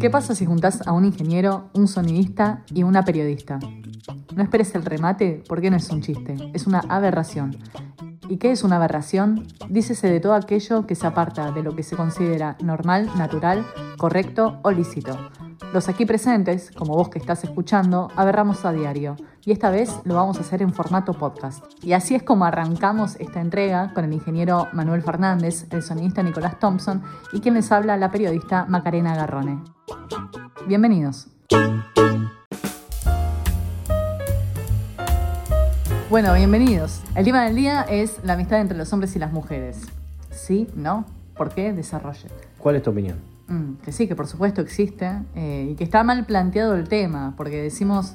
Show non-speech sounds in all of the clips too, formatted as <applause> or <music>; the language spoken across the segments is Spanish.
¿Qué pasa si juntás a un ingeniero, un sonidista y una periodista? No esperes el remate porque no es un chiste, es una aberración. ¿Y qué es una aberración? Dícese de todo aquello que se aparta de lo que se considera normal, natural, correcto o lícito. Los aquí presentes, como vos que estás escuchando, aberramos a diario y esta vez lo vamos a hacer en formato podcast. Y así es como arrancamos esta entrega con el ingeniero Manuel Fernández, el sonidista Nicolás Thompson y quien les habla la periodista Macarena Garrone. Bienvenidos. Bueno, bienvenidos. El tema del día es la amistad entre los hombres y las mujeres. ¿Sí? ¿No? ¿Por qué? Desarrolle. ¿Cuál es tu opinión? Mm, que sí, que por supuesto existe eh, y que está mal planteado el tema, porque decimos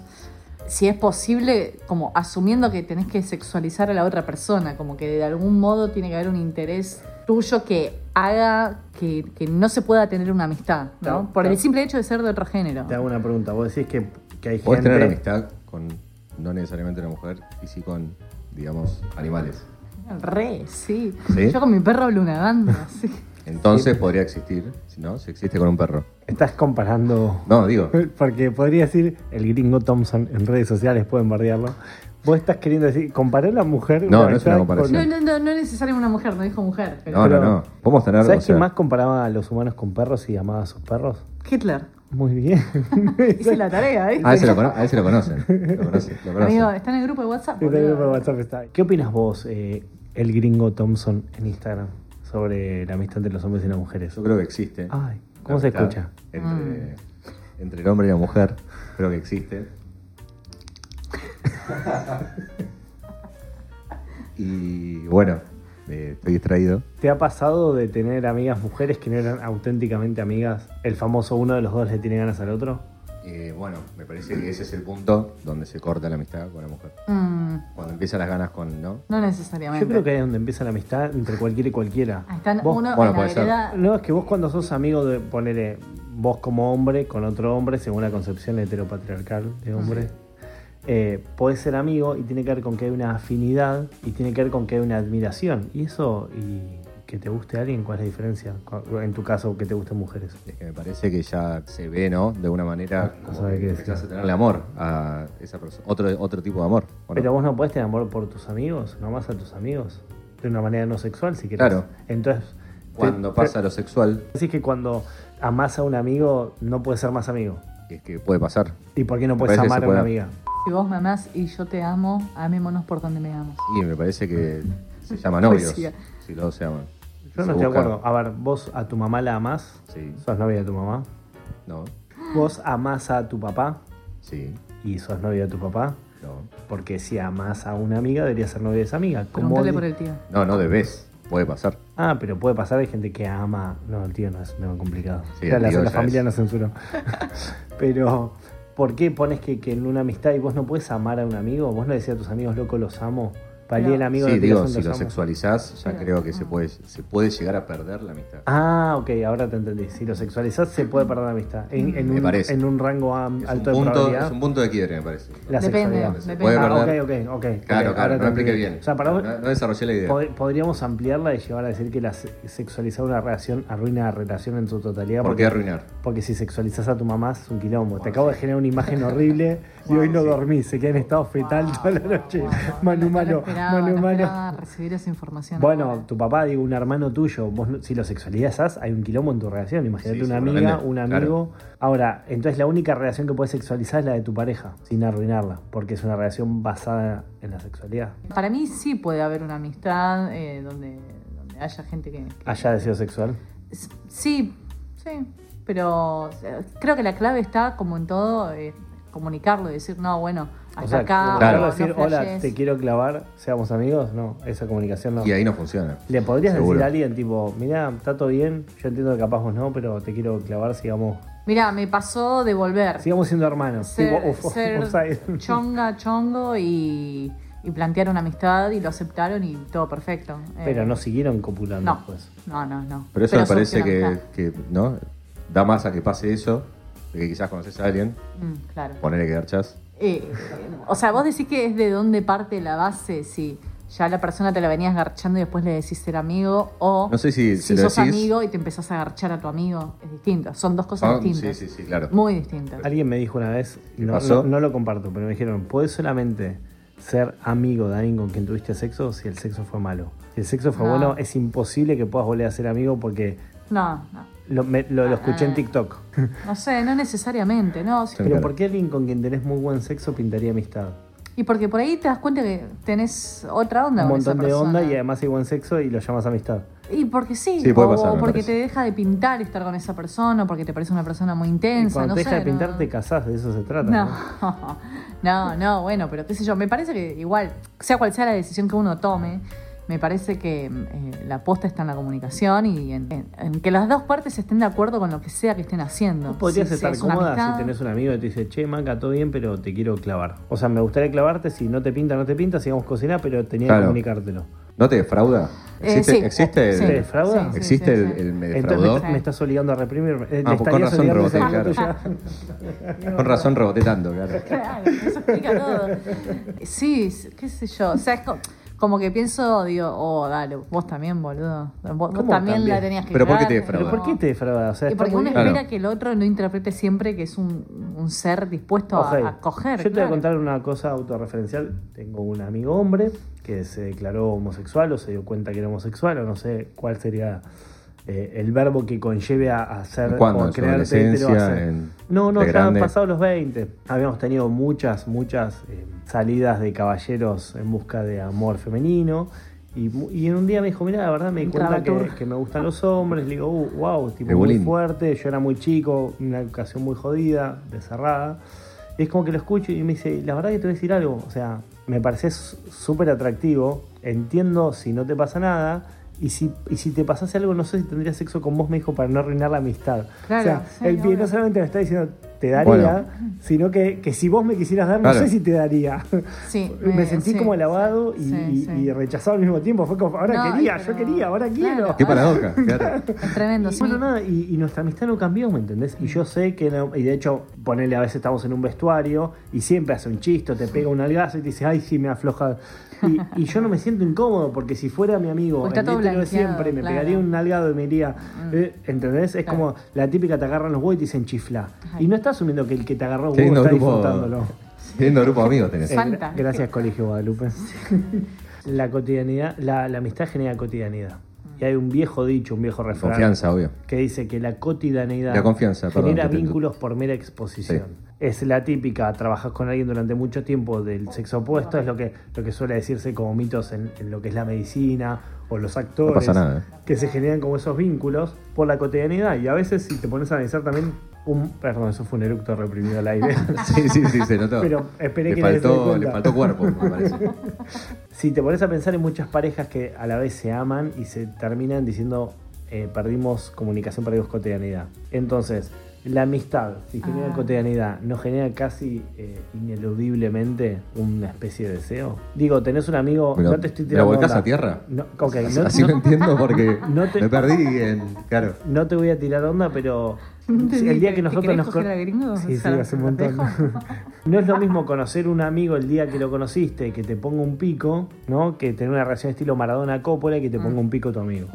si es posible, como asumiendo que tenés que sexualizar a la otra persona, como que de algún modo tiene que haber un interés tuyo que haga que, que no se pueda tener una amistad, ¿no? Claro, Por el claro. simple hecho de ser de otro género. Te hago una pregunta. Vos decís que, que hay Podés gente. tener amistad con no necesariamente una mujer y sí con, digamos, animales. Re, sí. ¿Sí? Yo con mi perro hablo una <laughs> banda, sí. Entonces podría existir, si no, si existe con un perro. Estás comparando. <laughs> No, digo, Porque podría decir el gringo Thompson en redes sociales, pueden bardearlo. Vos estás queriendo decir, comparar a la mujer. No, no es una amistad comparación. No, no, no, no es necesario una mujer, no dijo mujer. Pero no, no, no. Podemos tener, ¿Sabes o que sea, más comparaba a los humanos con perros y amaba a sus perros? <laughs> Hitler, Muy <laughs> bien. hice la tarea, ¿eh? Ah, a, él <laughs> se lo cono- a él se lo conocen. Lo conocen, lo conocen. Amigo, está en el grupo de WhatsApp. Está en el grupo de boludo. WhatsApp, está. ¿Qué opinas vos, eh, el gringo Thompson en Instagram, sobre la amistad entre los hombres y las mujeres? Yo creo que existe. Ay, Ah, ¿cómo se Amistad escucha? Entre, entre el hombre y la mujer, creo <laughs> que existe. Y bueno, eh, estoy distraído. ¿Te ha pasado de tener amigas mujeres que no eran auténticamente amigas? El famoso uno de los dos le tiene ganas al otro. Eh, bueno, me parece que ese es el punto donde se corta la amistad con la mujer. Mm, Cuando empiezan las ganas con, ¿no? no necesariamente. Yo creo que ahí es donde empieza la amistad entre cualquiera y cualquiera. Ah, Están Vos- uno en bueno, la puede ser. vereda. No, es que vos cuando sos amigo de ponele vos como hombre con otro hombre, según la concepción heteropatriarcal de hombre, eh, podés ser amigo y tiene que ver con que hay una afinidad y tiene que ver con que hay una admiración. Y eso, y que te guste alguien, ¿cuál es la diferencia? Cu- En tu caso, que te gusten mujeres. Es que me parece que ya se ve, ¿no? De una manera Ah, No como sabe que qué empezás decir. a tenerle amor a esa persona. Otro, otro tipo de amor. ¿o no? Pero vos no podés tener amor por tus amigos, nomás a tus amigos, de una manera no sexual si querés. Claro. Entonces, te- Cuando te- pasa lo sexual, Decís que cuando amás a un amigo, no puedes ser más amigo. es que puede pasar. ¿Y por qué no Me puedes parece que amar se a una puede. amiga? Si vos me amás y yo te amo, amémonos por donde me amas. Y me parece que <laughs> se llama novios. Poesía. Si los dos se aman. Yo Se no estoy de buscan. acuerdo. A ver, vos a tu mamá la amás. Sí. Sos novia de tu mamá. No. Vos amás a tu papá Sí. y sos novia de tu papá. No. Porque si amás a una amiga, deberías ser novia de esa amiga. Como Preguntale de- por el tío. No, no debes. Puede pasar. Ah, pero puede pasar, hay gente que ama. No, el tío no es un tema complicado. Sí, Ya el la, tío la ya familia es. no <laughs> censuró. pero, ¿por qué pones que, que en una amistad y vos no puedes amar a un amigo? ¿Vos no decías a tus amigos, loco, los amo? Para Pero- el amigo sí, no te digo, los si lo amo. sexualizás, ya Pero- creo que se puede, se puede llegar a perder la amistad. Ah, ok, ahora te entendí. Si lo sexualizás, se puede perder la amistad. En, en Me un, parece. en un rango am- Es un, alto de punto, probabilidad. es un punto de quiebre, me parece. La Depende, sexualidad. depende. Puede Ah, perder. ok, ok, ok. Claro, ok, claro, ahora no lo entendí. expliqué bien. Ah, O sea, para no, vos no desarrollé la idea. pod- podríamos ampliarla y llevar a decir que la se- sexualizar una relación arruina la relación en su totalidad. ¿Por qué arruinar? Porque si sexualizas a tu mamá es un quilombo. Te Bueno, acabo sí. de generar una imagen horrible y hoy no dormí. Se queda en estado fetal toda la noche. <laughs> Manu No malo, esperaba, manu no malo. esperaba recibir esa información. Bueno, tu papá, digo, un hermano tuyo, vos no- si lo sexualizás, hay un quilombo en tu relación. Imagínate Sí, una amiga, seguramente, un claro. amigo. Ahora, entonces la única relación que puedes sexualizar es la de tu pareja, sin arruinarla, porque es una relación basada en la sexualidad. Para mí sí puede haber una amistad eh, donde, donde haya gente que... que- Allá deseo sexual. S- Sí, sí, pero eh, creo que la clave está, como en todo, eh, comunicarlo y decir, no, bueno, hasta o sea, acá... claro. o no decir, hola, flashes". te quiero clavar, seamos amigos, no, esa comunicación no. Y ahí no funciona. Le podrías Seguro. decir a alguien, tipo, mirá, está todo bien, yo entiendo que capaz vos no, pero te quiero clavar, sigamos, Mirá, me pasó de volver. sigamos siendo hermanos. ser, Tipo, uf, <laughs> ser offside. chonga, chongo y, y plantear una amistad y lo aceptaron y todo perfecto. Eh, pero no siguieron copulando no, después. no, no, no. Pero eso me parece surgió la que, amistad. que, ¿no? Da más a que pase eso, de que quizás conoces a alguien, Mm, claro. ponerle que garchas. Eh, eh, o sea, vos decís que es de dónde parte la base, si ya la persona te la venías garchando y después le decís ser amigo, o No sé si se si lo sos decís. amigo y te empezás a garchar a tu amigo, es distinto, son dos cosas Ah, sí, distintas, sí, sí, claro. muy distintas. Alguien me dijo una vez, no, pasó? no- no lo comparto, pero me dijeron, ¿puedes solamente ser amigo de alguien con quien tuviste sexo si el sexo fue malo? Si el sexo fue No. bueno, es imposible que puedas volver a ser amigo porque No, no, lo, me- lo- lo escuché en Ah. TikTok. no sé, no necesariamente, no. sí. Sí. <laughs> Pero claro. ¿por qué alguien con quien tenés muy buen sexo pintaría amistad? Y porque por ahí te das cuenta que tenés otra onda Un con esa montón de persona. onda y además hay buen sexo y lo llamas amistad. Y porque sí, Sí, puede o, pasar, o me porque parece. te deja de pintar estar con esa persona, o porque te parece una persona muy Y intensa. cuando no te deja sé, de pintar, no- te casás, de eso se trata. No, <laughs> ¿no? no, no, bueno, pero qué sé yo, me parece que igual, sea cual sea la decisión que uno tome, me parece que eh, la aposta está en la comunicación y en, en- en que las dos partes estén de acuerdo con lo que sea que estén haciendo. Vos Podrías Si- si estar es una cómoda amistad, si tenés un amigo que te dice, che, Maca, todo bien, pero te quiero clavar. O sea, me gustaría clavarte, si no te pinta, no te pinta, sigamos cocinar, pero tenía Claro. que comunicártelo. ¿No te defrauda? Eh, ¿Existe, sí. existe Sí, el, ¿Te defrauda? sí, sí, existe sí, el, sí. el me Entonces me, defraudó? estás- me estás obligando a reprimir. eh, Ah, le pues con estarías razón obligando a esa reboté, cosa ya. Con razón reboté tanto, claro. Claro, eso explica todo. Sí, s- qué sé yo. O sea, es co- como que pienso, digo, oh, dale, vos también, boludo. Vos- Vos, ¿Cómo también, también? la tenías que Pero ¿por qué te cagar, ¿Pero defrauda? por qué te defrauda? O sea, Y está porque muy uno bien. espera Claro. que el otro no interprete siempre que es un, un ser dispuesto a, Ok. a coger. Yo te voy a claro. contar una cosa autorreferencial. Tengo un amigo hombre que se declaró homosexual o se dio cuenta que era homosexual, o no sé cuál sería eh, el verbo que conlleve a, a ser ¿Cuándo? o ¿En su crearte hetero, a adolescencia? ser- ¿En- No, no, de estaban grande? pasados los 20. Habíamos tenido muchas, muchas eh, salidas de caballeros en busca de amor femenino. Y, mu- y en un día me dijo, mira, la verdad me di Un cuenta que, dramaturgo. que me gustan los hombres. Le digo, "Uh, wow, tipo El muy bulín. fuerte. Yo era muy chico, una educación muy jodida, de cerrada. Y es como que lo escucho y me dice, la verdad que te voy a decir algo. O sea, me pareces súper atractivo. Entiendo si no te pasa nada. Y si, y si te pasase algo, no sé si tendría sexo con vos, me dijo, para no arruinar la amistad. Claro, o sea, sí, el pie obvio. no solamente me está diciendo, te daría, Bueno. sino que, que si vos me quisieras dar, no Claro. sé si <laughs> te daría. Sí, me sentí sí, como alabado y, sí, y- sí. y rechazado al mismo tiempo. Fue como, ahora No, quería, y yo pero- quería, ahora quiero. Claro. Qué paradoja, claro. Es tremendo, Y sí. bueno, nada, y, y nuestra amistad no cambió, ¿me entendés? Y yo sé que, no- y de hecho, ponele, a veces estamos en un vestuario y siempre hace un chiste, o te pega un algazo y te dice, ay, sí, me afloja. Y, y yo no me siento incómodo porque si fuera mi amigo, Pues está el todo hétero de blanqueado, siempre, me claro. Mm. pegaría un nalgado y me iría. eh, ¿Entendés? Es como la típica te agarran los huevos y te dicen chifla. Ay. Y no estás asumiendo que el que te agarró huevos Qué lindo está grupo. <laughs> disfrutándolo. Qué lindo grupo de amigos tenés. Sí. Fanta. Eh, Gracias, <laughs> Colegio Guadalupe. la cotidianidad, la, la amistad genera cotidianidad. Mm. Y hay un viejo dicho, un viejo refrán Confianza, obvio. que dice que la cotidianeidad La confianza, perdón, genera que te- vínculos por mera exposición. Es la típica, trabajas con alguien durante mucho tiempo del sexo opuesto, es lo que, lo que suele decirse como mitos en, en lo que es la medicina o los actores, pasa nada, ¿eh? que se generan como esos vínculos por la cotidianidad. Y a veces si te pones a analizar también un... Perdón, eso fue un eructo reprimido al <laughs> aire. <laughs> Sí, sí, sí, se notó. Pero esperé le que les dé faltó, cuenta. le faltó cuerpo, me <laughs> parece. Si te pones a pensar en muchas parejas que a la vez se aman y se terminan diciendo eh, perdimos comunicación, perdimos cotidianidad. Entonces, la amistad, si genera Ah. cotidianidad, ¿no genera casi eh, ineludiblemente una especie de deseo? Digo, tenés un amigo, Pero, no te estoy ¿la tirando. volcás onda. a tierra? No, ok, no, Así no- lo entiendo porque <laughs> No te- me perdí en. Claro. no te voy a tirar onda, <laughs> pero ¿Entendí? el día <laughs> ¿Te que nosotros querés nos. coger con- al gringo? Sí, sí, ¿Sara- hace un montón. Saratejo? <laughs> No es lo mismo conocer un amigo el día que lo conociste, que te ponga un pico, ¿no? Que tener una relación estilo Maradona Coppola y que te ponga un pico tu amigo.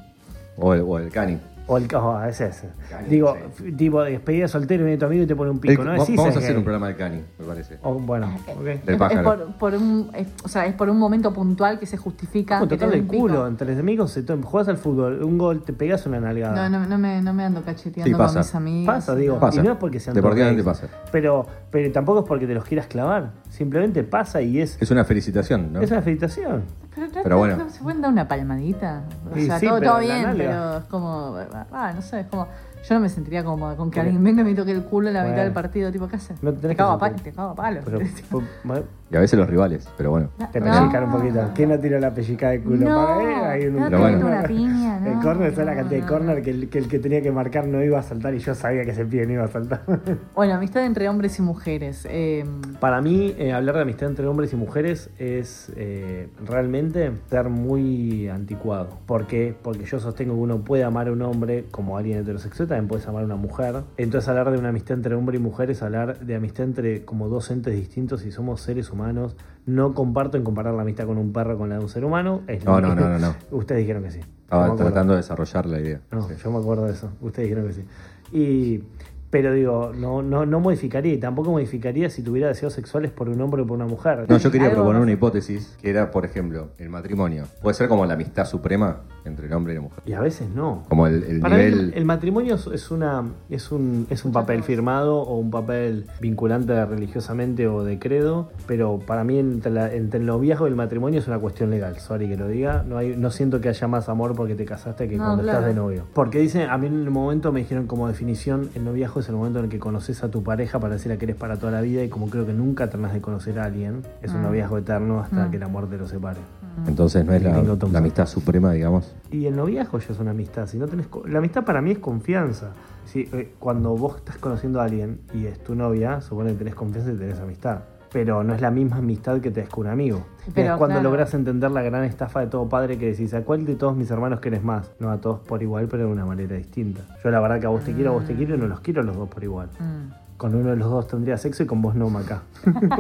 O el, o el cani. O el oh, a veces. Digo, f- tipo, despedida de soltero y viene tu amigo y te pone un pico, El- ¿no? Eh, va- Decís, vamos es a hacer gay. un programa del cani, me parece. O, Ah, bueno, ok. Del Es- es pájaro. por, por un, es- o sea, es por un momento puntual que se justifica. Como que te tocar den el un pico. culo, entre amigos, se to- jugás al fútbol, un gol, te pegas una nalgada. No, no, no, me, no me ando cacheteando Sí, pasa. con mis amigos. Pasa, digo, Pasa. y no es porque sean Deportivamente todos gays. pasa. Pero, pero tampoco es porque te los quieras clavar. Simplemente pasa y es, Es una felicitación, ¿no? es una <laughs> felicitación. Pero, no- Pero bueno. no ¿Se pueden dar una palmadita? O Y sea, sí, todo, pero todo la bien, nalga. pero es como. Ah, no sé, es como. Yo no me sentiría cómoda con que alguien venga y me toque el culo en la mitad Bueno. del partido. Tipo, ¿qué haces? No te tenés te cago que a pa- sentir. te cago a palos. Pero, pu- ma- Y a veces los rivales, pero bueno. te No. pellizcar un poquito. ¿Quién no tiró la pellizca de culo? No, Para ver, hay no, un Pero bueno. una piña, no, El corner, ¿sabes la no, cantidad no, de no. corner que el, que el que tenía que marcar no iba a saltar y yo sabía que ese pie no iba a saltar? <laughs> <laughs> Bueno, amistad entre hombres y mujeres. eh, Para mí, eh, hablar de amistad entre hombres y mujeres es eh, realmente ser muy anticuado. ¿Por qué? Porque yo sostengo que uno puede amar a un hombre como alguien heterosexual también puedes amar a una mujer. Entonces hablar de una amistad entre hombre y mujer es hablar de amistad entre como dos entes distintos y somos seres humanos. No comparto en comparar la amistad con un perro con la de un ser humano. Es No, lo no, que- no, no, no. Ustedes dijeron que sí. Estaba No me acuerdo. tratando de desarrollar la idea. No, Sí. yo me acuerdo de eso. Ustedes dijeron que sí. Y, pero digo, no, no, no modificaría y tampoco modificaría si tuviera deseos sexuales por un hombre o por una mujer. No, yo quería Algo proponer más. una hipótesis que era, por ejemplo, el matrimonio. Puede ser como la amistad suprema entre el hombre y la mujer. Y a veces no. Como el, el Para mí nivel. el, el matrimonio es, es una, es, un, es un papel firmado o un papel vinculante religiosamente o de credo, pero para mí entre, la- entre el noviazgo y el matrimonio es una cuestión legal, sorry que lo diga, no, hay, no siento que haya más amor porque te casaste que No, cuando claro. estás de novio. Porque dicen, a mí en el momento me dijeron como definición, el noviazgo es el momento en el que conoces a tu pareja para decir la que eres para toda la vida y como creo que nunca terminas de conocer a alguien, es un Mm. noviazgo eterno hasta Mm. que la muerte lo separe. Entonces no es la, Bingo Thompson. la amistad suprema, digamos. Y el noviazgo ya es una amistad. Si no tenés co- la amistad para mí es confianza. Si, eh, cuando vos estás conociendo a alguien y es tu novia, supone que tenés confianza y tenés amistad. Pero no es la misma amistad que te es con un amigo. Pero, es cuando claro. logras entender la gran estafa de todo padre que decís, ¿a cuál de todos mis hermanos querés más? No a todos por igual, pero de una manera distinta. Yo la verdad que a vos te quiero, a vos te quiero y no los quiero a los dos por igual. Mm. Con uno de los dos tendría sexo y con vos no, <laughs> Maca. <laughs>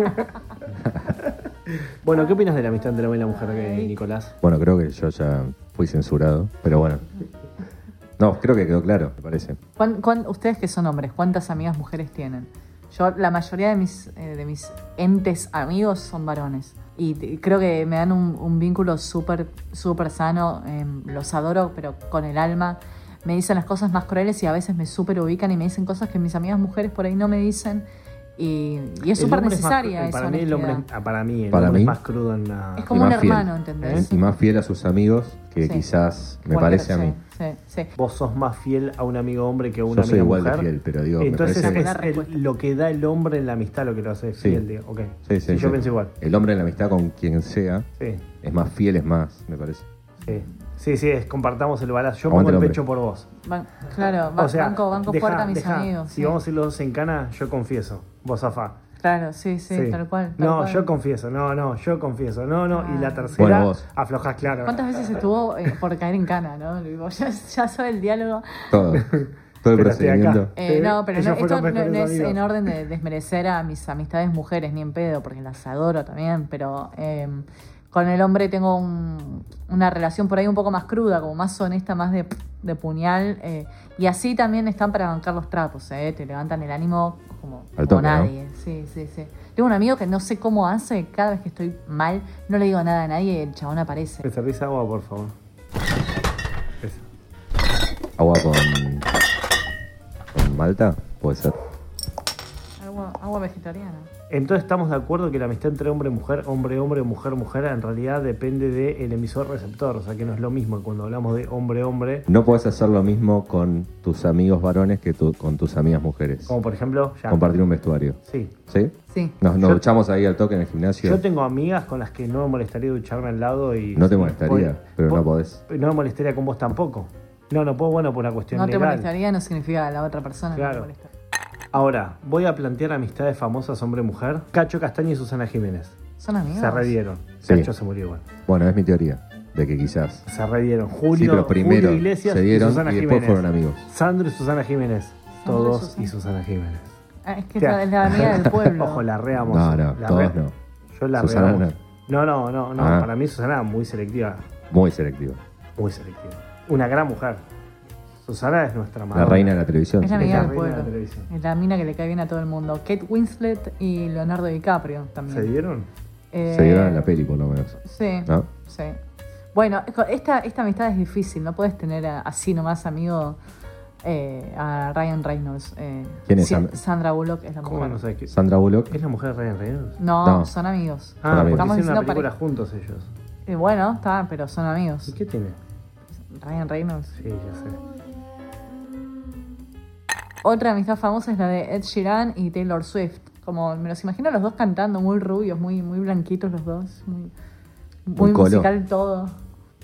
bueno, ¿qué opinas de la amistad entre el hombre y la mujer, eh, Nicolás? Bueno, creo que yo ya fui censurado, pero bueno. No, creo que quedó claro, me parece. ¿Cuán- cuán- ustedes que son hombres, ¿cuántas amigas mujeres tienen? Yo, la mayoría de mis, eh, de mis entes amigos son varones. Y t- creo que me dan un, un vínculo súper, súper sano. em, los adoro, pero con el alma. Me dicen las cosas más crueles y a veces me súper ubican y me dicen cosas que mis amigas mujeres por ahí no me dicen. Y, y es El súper hombre más necesaria cru- esa para mí el hombre honestidad. ah, para mí el Para hombre mí. es más crudo en la Es como y un más fiel. hermano, ¿entendés? ¿Eh? Y más fiel a sus amigos que Sí. quizás me Cualquier- parece a sí, mí. sí, sí. vos sos más fiel a un amigo hombre que a una Yo soy amiga igual de mujer. fiel, pero digo, me entonces parece- es Buena el- respuesta. lo que da el hombre en la amistad lo que lo hace Sí. fiel digo. ok Sí, sí, sí. yo pienso igual El hombre en la amistad con quien sea sí es más fiel, es más, me parece. sí sí, sí, es compartamos el balazo yo Aguante pongo el el hombre. pecho por vos Ban- claro, ba- o sea banco, banco dejá- fuerte a mis dejá. amigos. si sí. vamos a ir los dos en cana yo confieso vos afá Claro, sí, sí, tal cual. tal no, cual. yo confieso, no, no, yo confieso, no, no, y Ah. la tercera Bueno, vos. aflojás, claro. ¿Cuántas veces estuvo eh, por caer en cana, no? Digo, <laughs> Ya, ya sabe el diálogo. <laughs> Todo. Todo el Pero estoy procedimiento. acá. Eh, Sí, no, pero no, ellos fueron esto no, mejores no es amigos. en orden de desmerecer a mis amistades mujeres, ni en pedo, porque las adoro también, pero eh, con el hombre tengo un- una relación por ahí un poco más cruda, como más honesta, más de, de puñal. eh, y así también están para bancar los trapos, eh, te levantan el ánimo como, Al como toque, ¿no? nadie. Sí, sí, sí. Tengo un amigo que no sé cómo hace, cada vez que estoy mal, no le digo nada a nadie y el chabón aparece. ¿Me servís agua, Oh, por favor? Eso. Agua con. con Malta, puede ser. Agua, agua vegetariana. Entonces estamos de acuerdo que la amistad entre hombre y mujer, hombre, hombre, mujer, mujer, en realidad depende del emisor receptor, o sea que no es lo mismo cuando hablamos de hombre, hombre, No puedes hacer lo mismo con tus amigos varones que tu- con tus amigas mujeres. como por ejemplo, ya. Compartir un vestuario. Sí. ¿Sí? Sí. Nos, nos Yo- duchamos ahí al toque en el gimnasio. Yo tengo amigas con las que no me molestaría ducharme al lado y. No te y molestaría, pod- pero no pod- podés. No me molestaría con vos tampoco. No, no puedo, bueno, por una cuestión No te legal. molestaría, no significa a la otra persona no te Claro. molesta. Ahora, voy a plantear amistades famosas hombre-mujer. Cacho Castaña y Susana Jiménez. Son amigos. Se revieron. Sí. Cacho se murió igual. Bueno, es mi teoría de que quizás. Se revieron. Sí, Julio, pero primero Julio Iglesias se y dieron Susana y después Jiménez. fueron amigos. Sandro y Susana Jiménez. Sandro y Todos Susana. y Susana Jiménez. Ah, es que O sea, es la amiga del pueblo. <laughs> Ojo, la reamos. No, no, la todos re- no. Yo la Susana reamos. No, no, no, no. Ah. Para mí Susana muy selectiva. Muy selectivo. Muy selectiva. Una gran mujer. Susana es nuestra madre. La reina de la televisión. Es la si amiga la del reina de la pueblo. televisión. Es la mina que le cae bien a todo el mundo. Kate Winslet y Leonardo DiCaprio ¿Se también. dieron? Eh, querés. Se dieron en la peli, por lo menos. Sí. ¿No? Sí. Bueno, es co- esta, esta amistad es difícil. No puedes tener a- así nomás amigo eh, a Ryan Reynolds. eh. ¿Quién es Sí, Sand- Sandra Bullock es la ¿Cómo mujer. no sabes qué? Sandra Bullock. ¿Es la mujer de Ryan Reynolds? No, No. son amigos. Ah, Para mí. porque Estamos hicieron diciendo una película pareja. juntos ellos. Eh, bueno, está, pero son ¿Y amigos. qué tiene? Ryan Reynolds. Sí, ya sé. Otra amistad famosa es la de Ed Sheeran y Taylor Swift. Como me los imagino los dos cantando, muy rubios, muy, muy blanquitos los dos, muy, muy Muy colo. musical todo.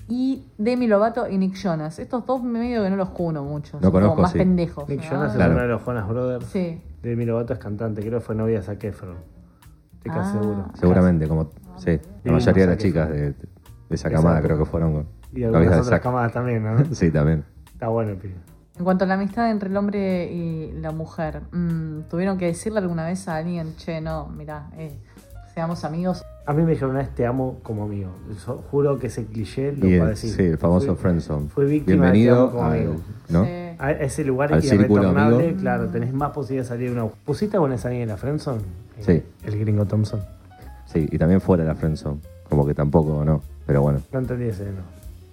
Y Demi Lovato y Nick Jonas. Estos dos medio que no los cuno mucho. No son conozco, como más sí. pendejos. Nick ¿no? Jonas es Claro. uno de los Jonas Brothers. Sí. Demi Lovato es cantante, creo que fue novia de Zac Efron. Te Ah. casi seguro. Seguramente, como. Sí. La Divino, mayoría de o sea las que- chicas de, de esa camada Exacto. creo que fueron con. Y cabeza algunas de otras saco. <laughs> camadas también, ¿no? Sí, también. Está bueno el pibe. En cuanto a la amistad entre el hombre y la mujer, mm, ¿tuvieron que decirle alguna vez a alguien, che, no, mirá, eh, seamos amigos? A mí me dijeron una vez te amo como amigo. Yo juro que ese cliché lo Y el- padecí. sí, el famoso Fui- friendzone. fui víctima de Te amo Bienvenido como al- amigo. ¿no? Sí. A ese lugar Al círculo irretornable, amigo. claro, tenés más posibilidad de salir de una. ¿Pusiste alguna salida en la Friendzone? Eh, Sí. El gringo Thompson. Sí, y también fuera de la friendzone. Como que tampoco, no. Pero bueno, No entendí ese, no.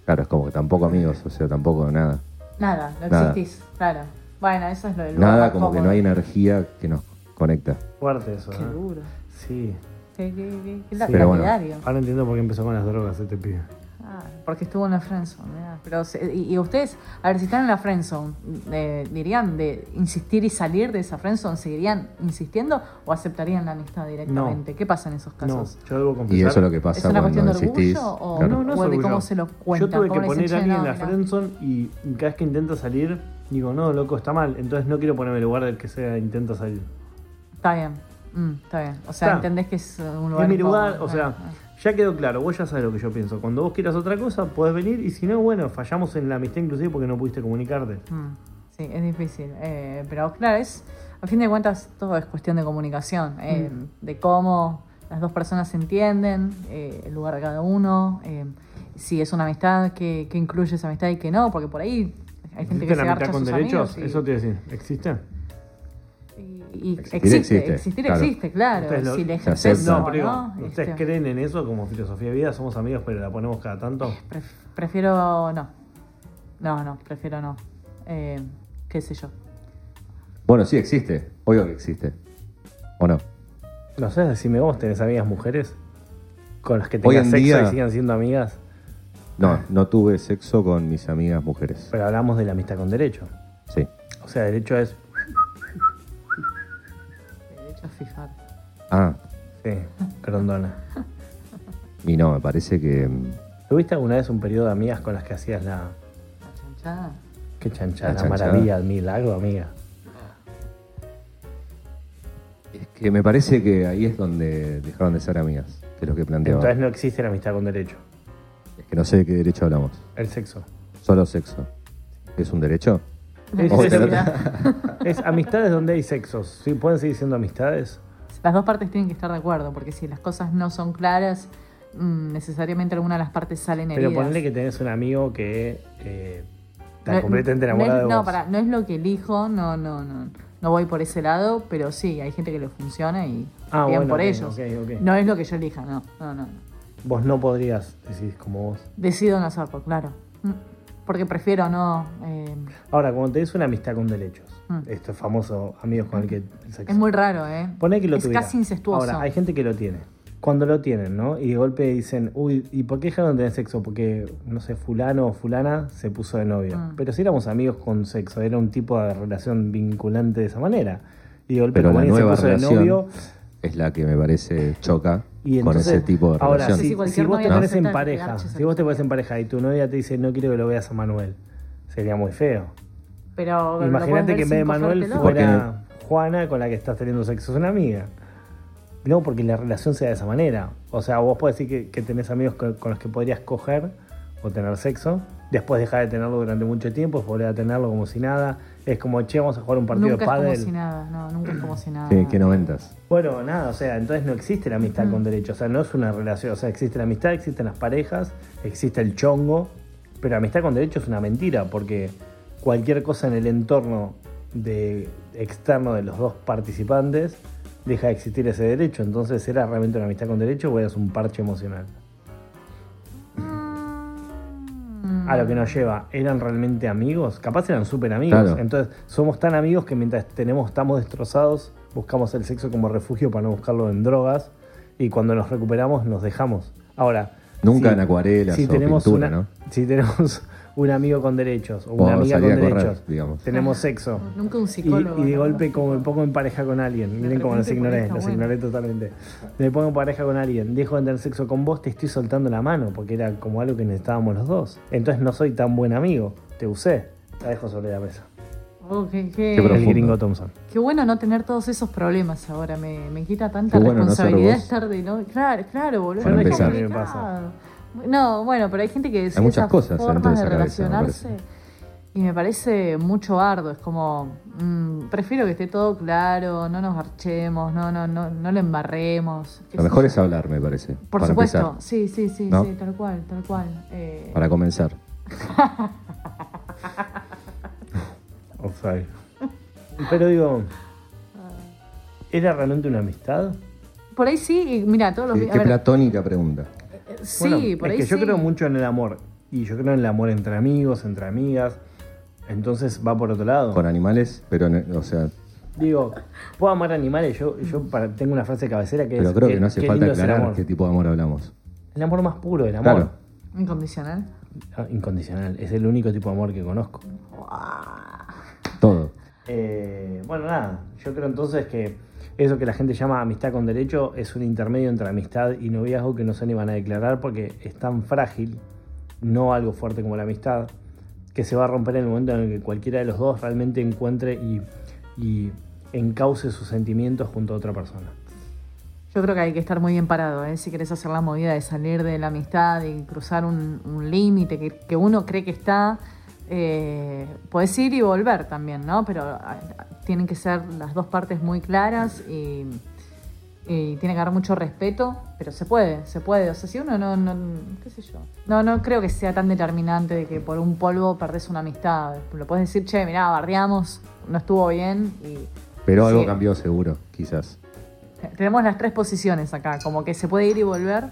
claro, es como que tampoco amigos, o sea, tampoco nada. Nada, no Nada. existís, claro. Bueno, eso es lo del lugar Nada, más como que cómodo. no hay energía que nos conecta. Fuerte eso, Qué ¿eh? duro. Sí. Qué, qué, qué- qué Pero bueno. lapidario. Ahora entiendo por qué empezó con las drogas este pibe. Ah, porque estuvo en la friendzone, mirá. Pero, se- y, y ustedes, a ver, si están en la friendzone, eh, ¿dirían de insistir y salir de esa friendzone? ¿Seguirían insistiendo o aceptarían la amistad directamente? ¿Qué pasa en esos No, casos? yo debo confesar. Y eso es lo que ¿Es pasa una cuando cuestión de insistís. orgullo o, claro. No, no o soy de orgulloso. cómo se lo Yo cuentan? tuve que ¿Cómo le dicen, poner a "Che, alguien no, en la mirá"? friendzone y cada vez que intento salir, digo, no, loco, está mal. Entonces no quiero ponerme en el lugar del que sea intenta salir. Está bien, mm, está bien. O sea, Está. entendés que es un lugar. Es mi lugar, incómodo. o sea, Ah, ah. ya quedó claro, vos ya sabes lo que yo pienso. Cuando vos quieras otra cosa, podés venir y si no, bueno, fallamos en la amistad inclusive porque no pudiste comunicarte. Mm, sí, es difícil. eh, pero claro, es. A fin de cuentas, todo es cuestión de comunicación, eh, Mm. de cómo las dos personas se entienden, eh, el lugar de cada uno, eh, si es una amistad, que, incluye esa amistad y que no, porque por ahí hay gente que se ¿Existe la garcha a amistad con sus derechos? amigos. Y, Eso te iba a decir, ¿existe? y- y Existir existe, existe, existir claro. existe, claro. Ustedes lo- si le Se ejerces acepta. o No, no, pero digo, este, ¿ustedes creen en eso como filosofía de vida? Somos amigos, pero la ponemos cada tanto. Pref- prefiero no. No, no, prefiero no. Eh, qué sé yo. Bueno, sí existe. Obvio que existe. ¿O no? No sé, decime vos, ¿tenés amigas mujeres? ¿Con las que Hoy tengas en sexo día- y sigan siendo amigas? No, no tuve sexo con mis amigas mujeres. Pero hablamos de la amistad con derecho. Sí. O sea, derecho es... Derecho a fijar. Ah, Sí, grondona. y no, me parece que. mm, ¿Tuviste alguna vez un periodo de amigas con las que hacías la... La chanchada. Qué chanchada, La la, chanchada. maravilla, el milagro, amiga. Es que me parece que ahí es donde dejaron de ser amigas, que es lo que planteaba. Entonces no existe la amistad con derecho. Es que no sé de qué derecho hablamos. El sexo. Solo sexo. ¿Es un derecho? Es, Ojo, es- tenés- es amistades donde hay sexos. Sí, pueden seguir siendo amistades. Las dos partes tienen que estar de acuerdo, porque si las cosas no son claras, mm, necesariamente alguna de las partes salen heridas. Pero ponle que tenés un amigo que eh, está No- completamente no enamorado es- de vos. No, pará, no es lo que elijo, no, no, no. No voy por ese lado, pero sí, hay gente que le funciona y Ah, bien bueno, por ok, ellos. ok, ok. No es lo que yo elija, no, no, no. no. Vos no podrías decir como vos. Decido no hacerlo, claro. Mm, Porque prefiero no... eh, Ahora, cuando tenés una amistad con derechos, Mm. estos famosos amigos con el que el sexo. Es muy raro, ¿eh? Poné que lo es tuviera. casi incestuoso. Ahora, hay gente que lo tiene. Cuando lo tienen, ¿no? Y de golpe dicen, uy, ¿y por qué dejaron de tener sexo? Porque, no sé, fulano o fulana se puso de novio. Mm. Pero si éramos amigos con sexo, era un tipo de relación vinculante de esa manera. Y de golpe Pero como la alguien nueva se puso relación de novio. es la que me parece choca Y con entonces, ese tipo de ahora, relación. Sí, Si, sí, cualquier si vos te novia pones acepta en que te pareja, garches a si vos te cualquiera. pones en pareja y tu novia te dice, no quiero que lo veas a Manuel, sería muy feo. Pero lo puedes Imagínate ver que en vez de sin Manuel cogértelo. fuera Juana con la que estás teniendo sexo, es una amiga. No, porque la relación sea de esa manera. O sea, vos podés decir que, que tenés amigos con, con los que podrías coger o tener sexo, después dejar de tenerlo durante mucho tiempo, después volver a tenerlo como si nada. Es como, che, vamos a jugar un partido Nunca de es como pádel. si nada, no, nunca es como si nada. Sí, que noventas. Bueno, nada, o sea, entonces no existe la amistad con derecho, o sea, no es una relación, o sea, existe la amistad, existen las parejas, existe el chongo, pero amistad con derecho es una mentira, porque cualquier cosa en el entorno de, externo de los dos participantes deja de existir ese derecho, entonces era realmente una amistad con derecho o es un parche emocional. Mm. A lo que nos lleva, ¿eran realmente amigos? Capaz eran súper amigos, Claro. entonces somos tan amigos que mientras tenemos, estamos destrozados, buscamos el sexo como refugio para no buscarlo en drogas y cuando nos recuperamos nos dejamos. Ahora, Nunca en acuarelas o pintura, una- ¿no? Si tenemos <laughs> un amigo con derechos o O una amiga salir con a correr, derechos, digamos. tenemos sexo Nunca un y, psicólogo. y de ¿no? golpe como me pongo en pareja con alguien, miren cómo los repente por ahí ignoré, está los bueno. ignoré totalmente. Me pongo en pareja con alguien, dejo de tener sexo con vos, te estoy soltando la mano, porque era como algo que necesitábamos los dos. Entonces no soy tan buen amigo, te usé, la dejo sobre la mesa. Oh, qué, qué- Qué El profundo. gringo Thompson. qué bueno no tener todos esos problemas ahora. Me, me quita tanta Qué bueno no ser responsabilidad vos. estar de no. Claro, claro, boludo. Para es empezar. complicado. No, bueno, pero hay gente que muchas esas cosas dentro formas de de esa cabeza, me relacionarse Y me parece mucho ardo, es como, mm, prefiero que esté todo claro, no nos garchemos, no, no, no, no lo embarremos. qué Lo sé mejor yo. es hablar, me parece. Por para supuesto, empezar, sí, sí, sí, ¿No? sí, tal cual, tal cual. Eh, para comenzar. Offside. Pero digo, ¿era realmente una amistad? Por ahí sí, y mira, todos los Qué, días. qué a ver, platónica pregunta. eh, sí, Bueno, por es ahí que yo sí. creo mucho en el amor. Y yo creo en el amor entre amigos, entre amigas. Entonces va por otro lado. Con animales, pero, en- o sea, Digo, puedo amar animales. Yo, yo para- tengo una frase cabecera que pero es. creo que qué- no hace qué falta lindo es el aclarar amor. qué tipo de amor hablamos. El amor más puro, el amor Claro. Incondicional. Ah, incondicional. Es el único tipo de amor que conozco. Todo. Eh, bueno, nada. Yo creo entonces que eso que la gente llama amistad con derecho es un intermedio entre amistad y noviazgo que no se van a declarar porque es tan frágil, no algo fuerte como la amistad, que se va a romper en el momento en el que cualquiera de los dos realmente encuentre y, y encauce sus sentimientos junto a otra persona. Yo creo que hay que estar muy bien parado, ¿eh? si querés hacer la movida de salir de la amistad y cruzar un, un límite que, que uno cree que está, eh, podés ir y volver también, ¿no? Pero ah, tienen que ser las dos partes muy claras y, y tiene que haber mucho respeto, pero se puede, se puede. O sea, si uno no, no, qué sé yo. No, no creo que sea tan determinante de que por un polvo perdés una amistad. Lo podés decir, che, mirá, bardeamos, no estuvo bien y Pero algo Sí. cambió seguro, quizás. tenemos las tres posiciones acá, como que se puede ir y volver,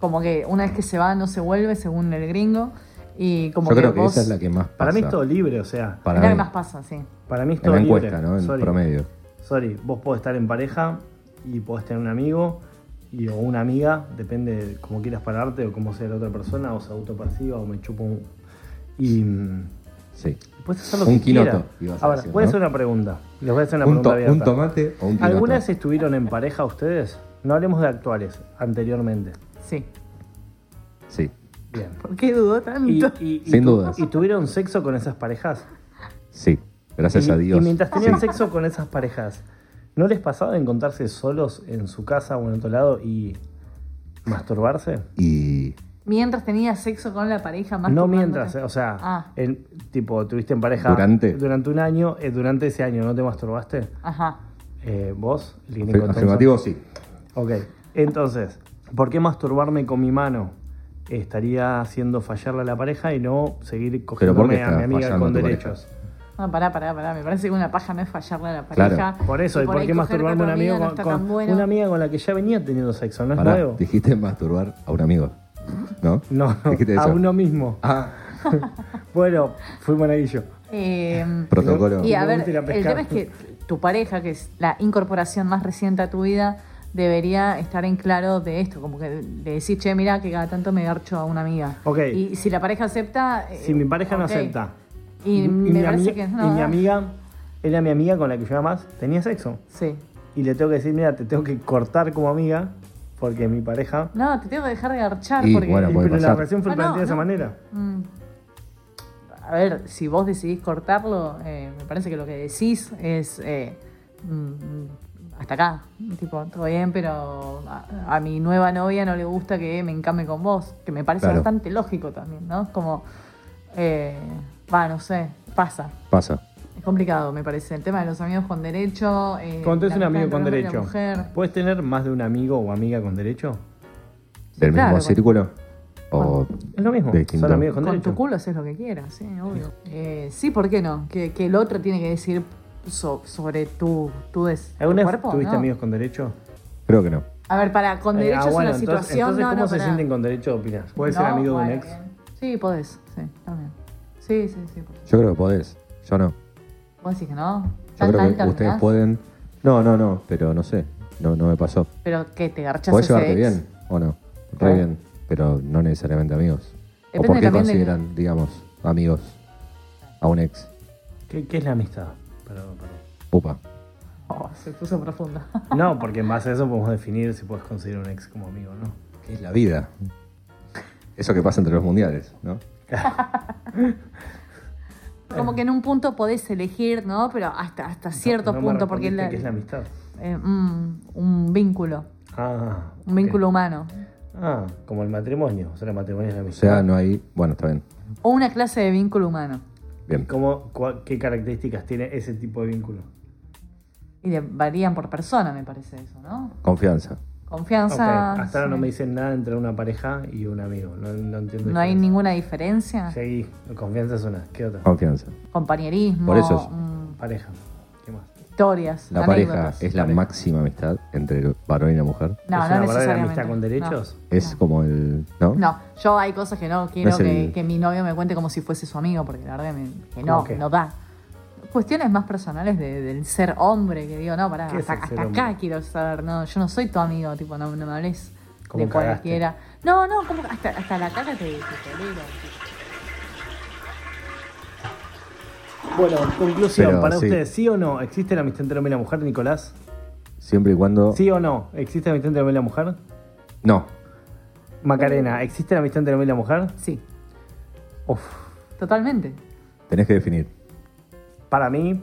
como que una vez que se va no se vuelve, según el gringo, y como Yo que creo que vos- esa es la que más pasa. Para mí es todo libre, o sea, es Para la que mí. más pasa, sí. para mí es En todo la libre. encuesta, ¿no? En Sorry. promedio. Sorry, vos podés estar en pareja y podés tener un amigo y, o una amiga, depende de cómo quieras pararte o cómo sea la otra persona, o sea, autopasiva o me chupo un. Y. mm, Sí. Puedes hacer lo Un que quinoto, quieras. ibas a Ahora, decir, voy a ¿no? hacer una pregunta. Les voy a hacer una Un, pregunta to- abierta. un tomate o un quinoto. ¿Alguna vez estuvieron en pareja ustedes? No hablemos de actuales, anteriormente. Sí. Sí. Bien. ¿Por qué dudó tanto? Y, y- y Sin tu- dudas. ¿Y tuvieron sexo con esas parejas? Sí. Gracias y, a Dios. y mientras tenían Sí. sexo con esas parejas, ¿no les pasaba de encontrarse solos en su casa o en otro lado y masturbarse? Y Mientras tenía sexo con la pareja más No que- mientras, eh, o sea, Ah. en- tipo, tuviste en pareja Durante. durante un año, eh, durante ese año, ¿no te masturbaste? Ajá. Eh, ¿Vos? el Afe- Nico Thompson. afirmativo sí. Ok, entonces, ¿por qué masturbarme con mi mano? Estaría haciendo fallarle a la pareja y no seguir ¿por qué cogiéndome a mi estás amiga fallando con a tu derechos. No, pará, pará, pará. Me parece que una paja no es fallarle a la Claro. pareja. Por eso, ¿y por, ahí qué coger masturbarme a un otra amiga amigo no con, está con tan bueno. una amiga con la que ya venía teniendo sexo? ¿No es Pará, nuevo? dijiste masturbar a un amigo. ¿No? <laughs> No, Dijiste no, a eso. uno <laughs> mismo. Ah, Bueno, fui monaguillo. Eh, protocolo. Y a Me ver, gusta ir a el pescar. tema es que eh, tu pareja, que es la incorporación más reciente a tu vida, debería estar en claro de esto, como que le decís, che, mira que cada tanto me garcho a una amiga. Ok. Y si la pareja acepta... eh, Si mi pareja no ok. acepta. Y, me mi parece amiga- que y no. mi amiga, era mi amiga con la que yo más tenía sexo. Sí. Y le tengo que decir, mira, te tengo que cortar como amiga porque mi pareja... No, te tengo que dejar de garchar Y, porque... bueno, Y- puede pero la pasar. relación fue Ah, no, planteada de esa no. manera. Mm. A ver, si vos decidís cortarlo, eh, me parece que lo que decís es eh, mm, hasta acá. Tipo, todo bien, pero a, a mi nueva novia no le gusta que me encame con vos. Que me parece Claro. bastante lógico también, ¿no? Es como, eh, va, no sé, pasa. Pasa. Es complicado, me parece. El tema de los amigos con derecho. eh, Cuando tenés la un amistad amigo entre con hombre y derecho, mujer. ¿puedes tener más de un amigo o amiga con derecho? ¿Del Claro, mismo con- círculo? O Es lo mismo. Distinto. Son amigos con, Con, derecho. tu culo haces lo que quieras, sí, obvio. Eh, sí, ¿por qué no? Que, que el otro tiene que decir so- sobre tu, tu, des- tu ¿Alguna vez cuerpo. tuviste ¿no? amigos con derecho? creo que no. A ver, para, con Eh, derecho ah, es bueno, una entonces- situación. Entonces, no, ¿cómo no, se pará. sienten con derecho de opinar? ¿Puedes No, ser amigo de un bueno, ex? bien. Sí, podés, sí, también. Sí, sí, sí. podés. Yo creo que podés. Yo no. Vos decís que no. Yo Tan creo que alta ustedes mirás, pueden. No, no, no. Pero no sé. No, no me pasó. Pero que te garchas Podés ese llevarte ex. bien o no. Re Ah. bien. Pero no necesariamente amigos. Depende ¿O por qué también de- consideran, digamos, amigos a un ex? ¿Qué, qué es la amistad? Perdón, perdón. Upa. Oh, se puso <laughs> profunda. No, porque en base a eso podemos definir si puedes conseguir un ex como amigo o no. ¿Qué es la vida? Eso que pasa entre los mundiales, ¿no? Como que en un punto podés elegir, ¿no? Pero hasta, hasta cierto Eh. No- no me punto, porque respondiste la- ¿Qué es la amistad? eh, mm, un vínculo, Ah. un vínculo humano. ok. Ah, como el matrimonio. O sea, el matrimonio es la O amistad. sea, no hay. Bueno, está bien. O una clase de vínculo humano. Bien. ¿Cómo, cua- ¿Qué características tiene ese tipo de vínculo? Y de- varían por persona, me parece eso, ¿no? Confianza. Confianza. Ok, Hasta ahora no sí. me dicen nada entre una pareja y un amigo. No, no entiendo. No hay diferencia. ninguna diferencia. Seguí, confianza es una. ¿Qué otra? Confianza. Compañerismo. Por eso es- mm, Pareja. ¿Qué más? historias. La pareja anécdotas. es la Pareja. máxima amistad entre varón y la mujer. No, ¿Es no una verdadera necesariamente. amistad con No. derechos? Es No. como el. ¿No? No, yo hay cosas que no quiero No es que, el- que mi novio me cuente como si fuese su amigo, porque la verdad que, me- que no, ¿Cómo qué? no da. Cuestiones más personales de- del ser hombre, que digo, no, pará, ¿Qué es hasta, el ser hasta acá hombre? quiero saber, no, yo no soy tu amigo, tipo, no, no me hables ¿Cómo de cagaste? cualquiera. No, no, como hasta, hasta la caca te, te tolero. Bueno, conclusión. Pero, Para sí. ustedes, ¿sí o no existe la amistad entre el hombre y la mujer, Nicolás? Siempre y cuando. ¿Sí o no existe la amistad entre el hombre y la mujer? No. Macarena, ¿existe la amistad entre el hombre y la mujer? Sí, Uf, totalmente. Tenés que definir. para mí,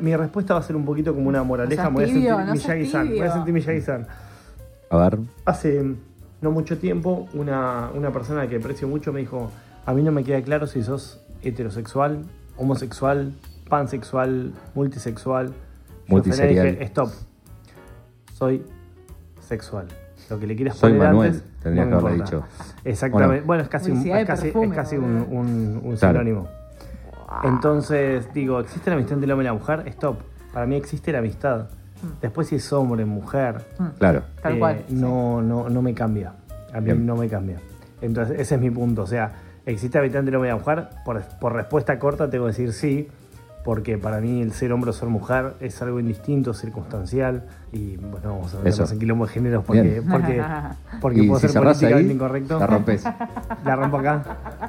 mi respuesta va a ser un poquito como una moraleja. seas Me voy, a tibio, sentir no seas Miyagi-san, voy a tibio. sentir Miyagi-san. A ver. Hace no mucho tiempo, una, una persona que aprecio mucho me dijo: A mí no me queda claro si sos heterosexual, homosexual, pansexual, multisexual. Yo frené y Multiserial. dije, Stop. Soy sexual. Lo que le quieras Soy poner Manuel, antes, tendrías no me que haberle importa. dicho. Exactamente. Bueno. Bueno, es casi, un, Publicidad de es casi, es perfume, casi un, boludo. un- un Claro. sinónimo. Entonces, digo, ¿existe la amistad entre el hombre y la mujer? Stop. Para mí existe la amistad. Después si es hombre, mujer, Mm, Claro. Tal eh, cual. No, no, no me cambia. A mí Bien. no me cambia. Entonces, ese es mi punto. O sea, ¿existe habitante no voy a mujer? Por, por respuesta corta tengo que decir sí, porque para mí el ser hombre o ser mujer es algo indistinto, circunstancias Y bueno, vamos a meternos Eso. en quilombo de géneros porque, Bien. <laughs> porque, porque y puedo si ser cerrás políticamente ahí, incorrecto. la rompes. <laughs> La rompo acá.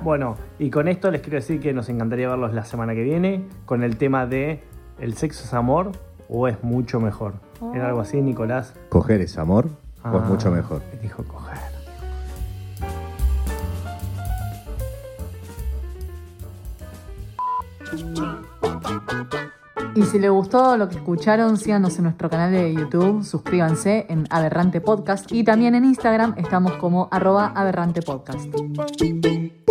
Bueno, y con esto les quiero decir que nos encantaría verlos la semana que viene con el tema de ¿el sexo es amor o es mucho mejor? Era algo así, Nicolás. Coger es amor o es Ah, Pues mucho mejor. Dijo coger. Y si les gustó lo que escucharon, síganos en nuestro canal de YouTube, suscríbanse en Aberrante Podcast y también en Instagram estamos como arroba aberrante podcast. Boom, boom, boom, boom.